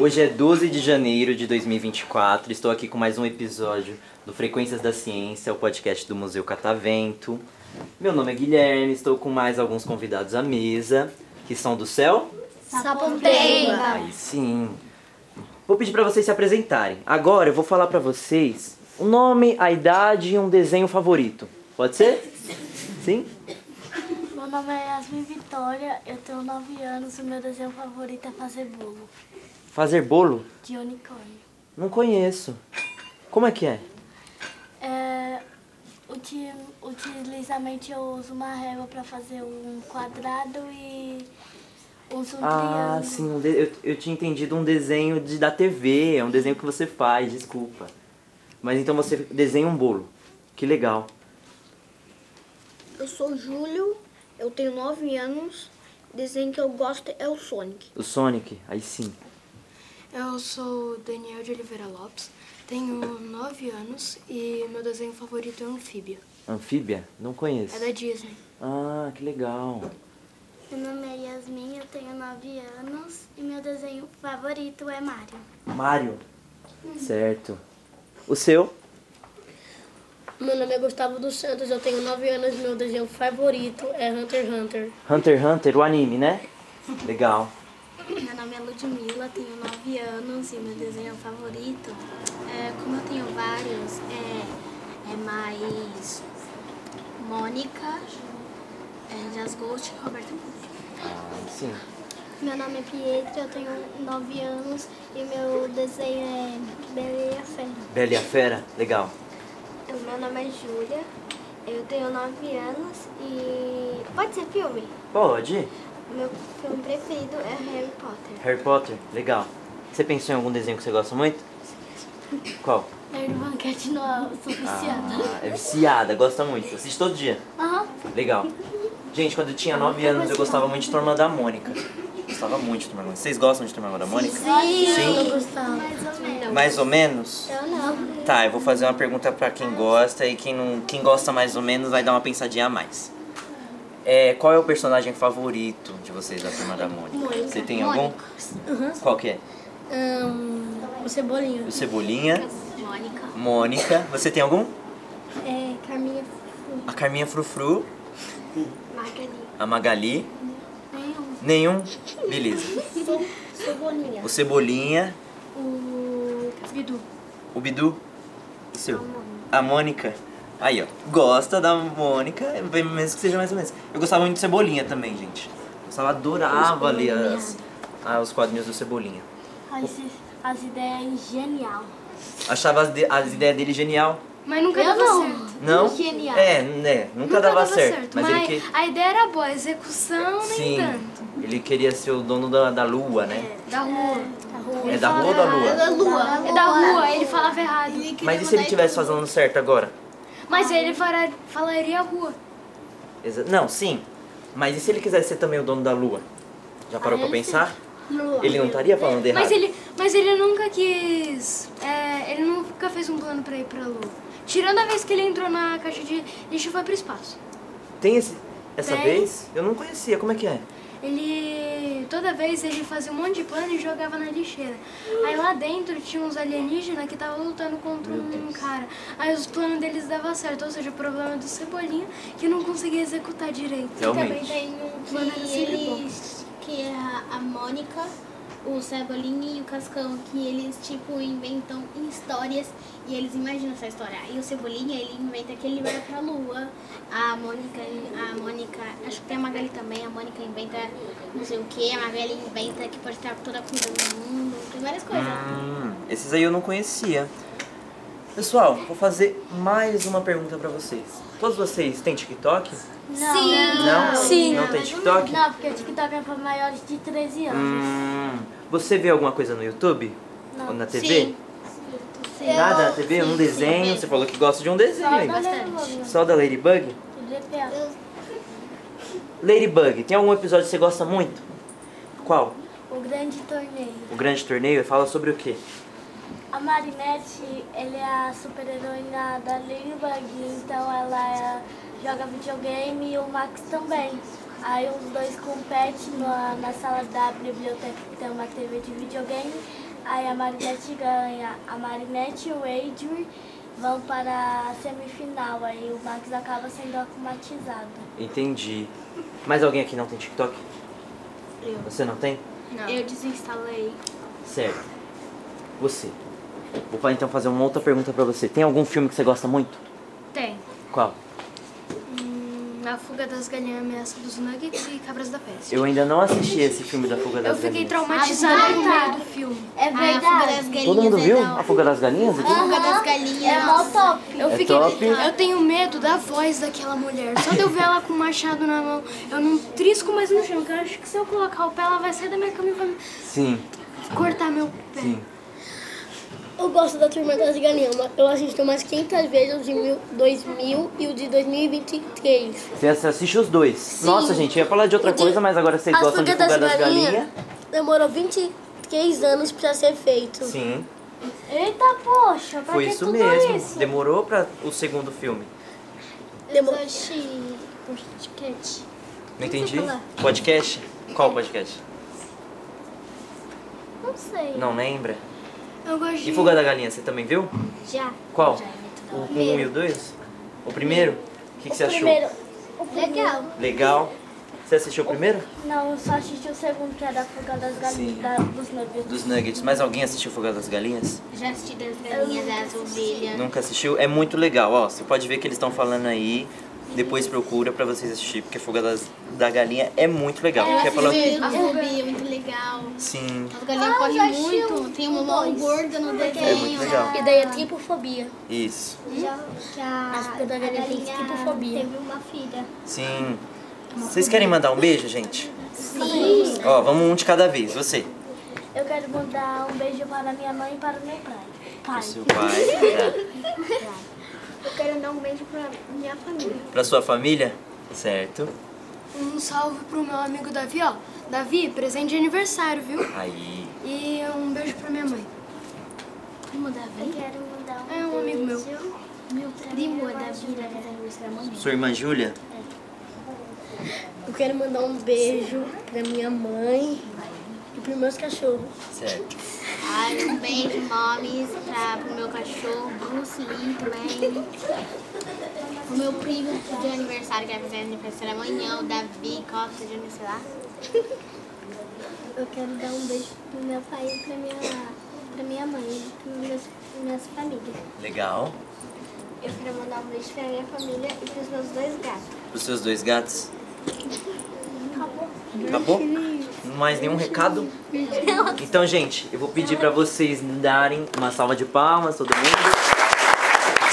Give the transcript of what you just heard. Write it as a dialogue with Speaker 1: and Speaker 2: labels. Speaker 1: Hoje é 12 de janeiro de 2024, estou aqui com mais um episódio do Frequências da Ciência, o podcast do Museu Catavento. Meu nome é Guilherme, estou com mais alguns convidados à mesa, que são do céu?
Speaker 2: é Saponteiba.
Speaker 1: Aí sim. Vou pedir para vocês se apresentarem. Agora eu vou falar para vocês o nome, a idade e um desenho favorito. Pode ser? Sim?
Speaker 2: Meu nome é Yasmin Vitória, eu tenho 9 anos e meu desenho favorito é fazer bolo
Speaker 1: Fazer bolo?
Speaker 2: de unicórnio.
Speaker 1: Não conheço. Como é que é?
Speaker 2: É, uti- utilizamente eu uso uma régua para fazer um quadrado e uso um
Speaker 1: Ah,
Speaker 2: triângulo.
Speaker 1: sim, um de- eu, eu tinha entendido um desenho de, da TV, é um desenho que você faz, desculpa. Mas então você desenha um bolo. Que legal.
Speaker 3: Eu sou o Júlio, eu tenho 9 anos. Desenho que eu gosto é o Sonic.
Speaker 1: O Sonic, aí sim.
Speaker 4: Eu sou Daniel de Oliveira Lopes, tenho 9 anos e meu desenho favorito é Anfíbia.
Speaker 1: Anfíbia? Não conheço.
Speaker 4: É da Disney.
Speaker 1: Ah, que legal.
Speaker 2: Meu nome é Yasmin, eu tenho 9 anos e meu desenho favorito é Mario.
Speaker 1: Mario. Certo. O seu?
Speaker 3: Meu nome é Gustavo dos Santos, eu tenho 9 anos. Meu desenho favorito é Hunter x Hunter.
Speaker 1: Hunter x Hunter, o anime, né? Legal.
Speaker 2: Meu nome é Ludmilla, tenho 9 anos e meu desenho favorito, é, como eu tenho vários, é, é mais Mônica, é, Jazz Ghost e Roberto Pucci.
Speaker 1: Ah, sim.
Speaker 2: Meu nome é Pietro, eu tenho 9 anos e meu desenho é Bela e a Fera.
Speaker 1: Bela e a Fera, legal.
Speaker 2: Meu nome é Júlia, eu tenho 9 anos e... Pode ser filme?
Speaker 1: Pode.
Speaker 2: Meu filme preferido é Harry Potter.
Speaker 1: Harry Potter, legal. Você pensou em algum desenho que você gosta muito? Qual?
Speaker 2: Harry Banquete no sou
Speaker 1: Ah, é viciada, gosta muito. Assiste todo dia.
Speaker 2: Aham.
Speaker 1: Legal. Gente, quando eu tinha 9 anos, eu gostava muito de Turma da Mônica. Gostava muito de Turma da Mônica. Vocês gostam de Turma da Mônica? Sim.
Speaker 2: Mais ou menos.
Speaker 1: Mais ou menos?
Speaker 2: Eu não.
Speaker 1: Tá, eu vou fazer uma pergunta pra quem gosta e quem, não, quem gosta mais ou menos vai dar uma pensadinha a mais. É, qual é o personagem favorito de vocês da Turma da Mônica? Você tem algum? Qual que é?
Speaker 3: o Cebolinha.
Speaker 1: O Cebolinha. Mônica. Mônica. Você tem algum?
Speaker 3: É Carminha.
Speaker 1: A Carminha Frufru. A Magali. Nenhum. Beleza.
Speaker 3: Cebolinha.
Speaker 1: O Cebolinha. O Bidu. O seu. A Mônica. Aí, ó. Gosta da Mônica, bem mesmo que seja mais ou menos. Eu gostava muito de Cebolinha também, gente. Gostava, adorava ali as, ah, os quadrinhos do Cebolinha.
Speaker 2: As, as ideias genial.
Speaker 1: Achava as, de- as ideias dele genial.
Speaker 4: Mas nunca
Speaker 2: Eu
Speaker 4: dava
Speaker 2: não.
Speaker 4: certo.
Speaker 1: Não?
Speaker 2: Genial.
Speaker 1: É, né? Nunca, dava, certo. Mas,
Speaker 4: Mas,
Speaker 1: ele que...
Speaker 4: a ideia era boa, a execução
Speaker 1: Sim.
Speaker 4: nem tanto.
Speaker 1: Ele queria ser o dono da, da lua, né?
Speaker 4: Da rua.
Speaker 1: É, da rua ou da lua?
Speaker 4: É da rua, ele falava errado.
Speaker 1: Mas e se ele estivesse fazendo certo agora?
Speaker 4: Mas ele fara- falaria rua.
Speaker 1: Exa- Não, sim. Mas e se ele quisesse ser também o dono da lua? Já parou pra pensar? Ele não estaria falando errado.
Speaker 4: Mas ele, mas ele nunca quis. é, ele nunca fez um plano pra ir pra lua. Tirando a vez que ele entrou na caixa de lixo e foi pro espaço.
Speaker 1: Tem esse, essa
Speaker 4: Tem.
Speaker 1: vez? Eu não conhecia, como é que é?
Speaker 4: Ele. Toda vez ele fazia um monte de plano e jogava na lixeira. Aí lá dentro tinha uns alienígenas que estavam lutando contra
Speaker 1: Meu
Speaker 4: um
Speaker 1: Deus.
Speaker 4: cara. Aí os planos deles davam certo, ou seja, o problema é do Cebolinha que não conseguia executar direito.
Speaker 1: Realmente.
Speaker 3: Tem um
Speaker 4: O
Speaker 5: é
Speaker 4: plano era
Speaker 3: que
Speaker 4: sempre bom.
Speaker 3: eles. que é a a Mônica, o Cebolinha e o Cascão, que eles tipo inventam histórias e eles imaginam essa história. E o Cebolinha ele inventa que ele vai pra lua. A Mônica, a Mônica, acho que tem a Magali também, a Mônica inventa não sei o que, a Magali inventa que pode estar toda a comida do mundo, tem várias coisas.
Speaker 1: Hum, esses aí eu não conhecia. Pessoal, vou fazer mais uma pergunta pra vocês. Todos vocês têm TikTok?
Speaker 2: Não.
Speaker 1: Não? Sim. Não tem TikTok?
Speaker 2: Não, porque o TikTok é para maiores de 13 anos.
Speaker 1: Hum, você vê alguma coisa no YouTube? Ou na TV?
Speaker 3: Sim.
Speaker 1: Nada na TV? Um desenho? Você falou que gosta de um desenho. Só da Ladybug? Ladybug, tem algum episódio que você gosta muito? Qual?
Speaker 2: O grande torneio.
Speaker 1: O grande torneio fala sobre o quê?
Speaker 2: A A Marinette, ela é a super-heroína da Ladybug, então ela é- joga videogame e o Max também. Aí os dois competem na, na sala da biblioteca que tem uma TV de videogame. Aí a Marinette ganha. A Marinette e o Adrian vão para a semifinal. Aí o Max acaba sendo automatizado.
Speaker 1: Entendi. Mas alguém aqui não tem TikTok?
Speaker 6: Eu.
Speaker 1: Você não tem?
Speaker 4: Não.
Speaker 6: Eu desinstalei.
Speaker 1: Certo. Você. Vou fa- então fazer uma outra pergunta pra você. Tem algum filme que você gosta muito?
Speaker 4: Tem.
Speaker 1: Qual?
Speaker 4: Hum, a fuga das galinhas ameaça dos nuggets e cabras da peste.
Speaker 1: Eu ainda não assisti esse filme da Fuga das
Speaker 4: Eu fiquei
Speaker 1: Galinhas.
Speaker 4: traumatizada no
Speaker 2: Ah, tá.
Speaker 4: meio do filme.
Speaker 2: É
Speaker 5: Ah, a fuga das
Speaker 2: verdade.
Speaker 5: galinhas.
Speaker 1: Todo mundo
Speaker 5: é
Speaker 1: viu
Speaker 5: da
Speaker 1: a Fuga das Galinhas
Speaker 3: Ah.
Speaker 1: aqui?
Speaker 5: A fuga das
Speaker 2: É
Speaker 5: galinhas.
Speaker 2: mó top.
Speaker 4: Eu
Speaker 1: É
Speaker 4: fiquei.
Speaker 1: top.
Speaker 4: Eu tenho medo da voz daquela mulher. Só de eu ver ela com o machado na mão, eu não trisco mais no chão. Porque eu acho que se eu colocar o pé, ela vai sair da minha cama e vai me
Speaker 1: Sim,
Speaker 4: cortar meu pé.
Speaker 1: sim.
Speaker 3: Eu gosto da Turma das Galinhas. Eu assisto umas 500 vezes o de mil- 2000 e o de 2023.
Speaker 1: Você ass- assiste os dois. Nossa, gente, eu ia falar de outra coisa, mas agora vocês
Speaker 3: A
Speaker 1: gostam de
Speaker 3: Fuga
Speaker 1: Fuga
Speaker 3: das,
Speaker 1: das
Speaker 3: Galinhas
Speaker 1: Galinhas.
Speaker 3: demorou 23 anos pra ser feito.
Speaker 1: Sim,
Speaker 2: Eita, poxa, pra
Speaker 1: foi
Speaker 2: que
Speaker 1: isso
Speaker 2: tudo
Speaker 1: mesmo.
Speaker 2: isso?
Speaker 1: Demorou pra o segundo filme.
Speaker 3: Demo-
Speaker 6: Podcast.
Speaker 1: Não entendi? Podcast? Qual podcast?
Speaker 2: Não sei.
Speaker 1: Não lembra?
Speaker 4: Eu gosto de.
Speaker 1: E Fuga da Galinha, você também viu?
Speaker 6: Já.
Speaker 1: Qual?
Speaker 6: Já é muito da
Speaker 1: O
Speaker 6: hora.
Speaker 1: 1 um e o 2? O primeiro? O que, que você achou?
Speaker 2: Legal.
Speaker 1: Legal. Você assistiu o primeiro?
Speaker 2: Não, eu só assisti o segundo, que era a fuga das
Speaker 1: Sim.
Speaker 2: galinhas, da- dos nuggets.
Speaker 1: Dos Nuggets. Mas alguém assistiu Fuga das Galinhas?
Speaker 6: Já assisti das galinhas, das ovelhas.
Speaker 1: Nunca assistiu? É muito legal, ó. Você pode ver que eles estão falando aí. Depois procura pra vocês assistir, porque Fuga das, da Galinha é muito legal. Quer falar?
Speaker 6: A fobia é muito legal.
Speaker 1: Sim,
Speaker 6: As galinhas
Speaker 3: Ah,
Speaker 6: correm muito. Tem uma mão gorda no
Speaker 1: é
Speaker 6: desenho.
Speaker 1: muito legal.
Speaker 3: E daí é tripofobia.
Speaker 1: Isso.
Speaker 2: Que a,
Speaker 3: As fugas da galinha tem tipo tripofobia.
Speaker 2: teve uma filha.
Speaker 1: Sim. Vocês querem mandar um beijo, gente? Sim. Ó, vamos um de cada vez. Você.
Speaker 2: Eu quero mandar um beijo para minha mãe e para o meu pai.
Speaker 1: Pro
Speaker 2: Pai.
Speaker 1: seu pai. Pra,
Speaker 5: Eu quero dar um beijo pra minha família.
Speaker 1: pra sua família? Certo.
Speaker 4: Um salve pro meu amigo Davi, ó. Davi, presente de aniversário, viu?
Speaker 1: Aí.
Speaker 4: E um beijo pra minha mãe.
Speaker 6: Primo Davi.
Speaker 2: Quero mandar um
Speaker 4: É um amigo meu.
Speaker 6: Meu primo Davi, na verdade, da mãe.
Speaker 1: Sua irmã Júlia?
Speaker 3: Eu quero mandar um beijo pra minha mãe e pros meus cachorros.
Speaker 1: Certo.
Speaker 6: Ai, um beijo, moms, pra, pro meu cachorro, Bruce Lee também. O meu primo de aniversário,
Speaker 3: é
Speaker 6: que vai fazer aniversário amanhã, o Davi Costa de não sei lá.
Speaker 5: Eu quero dar um beijo pro meu pai e pra minha, pra minha mãe e pra minhas, minhas famílias.
Speaker 1: Legal.
Speaker 5: Eu quero mandar um beijo pra minha família e pros meus dois gatos.
Speaker 1: Pros seus dois gatos? Acabou. Mais nenhum recado? Então, gente, eu vou pedir pra vocês darem uma salva de palmas, todo mundo.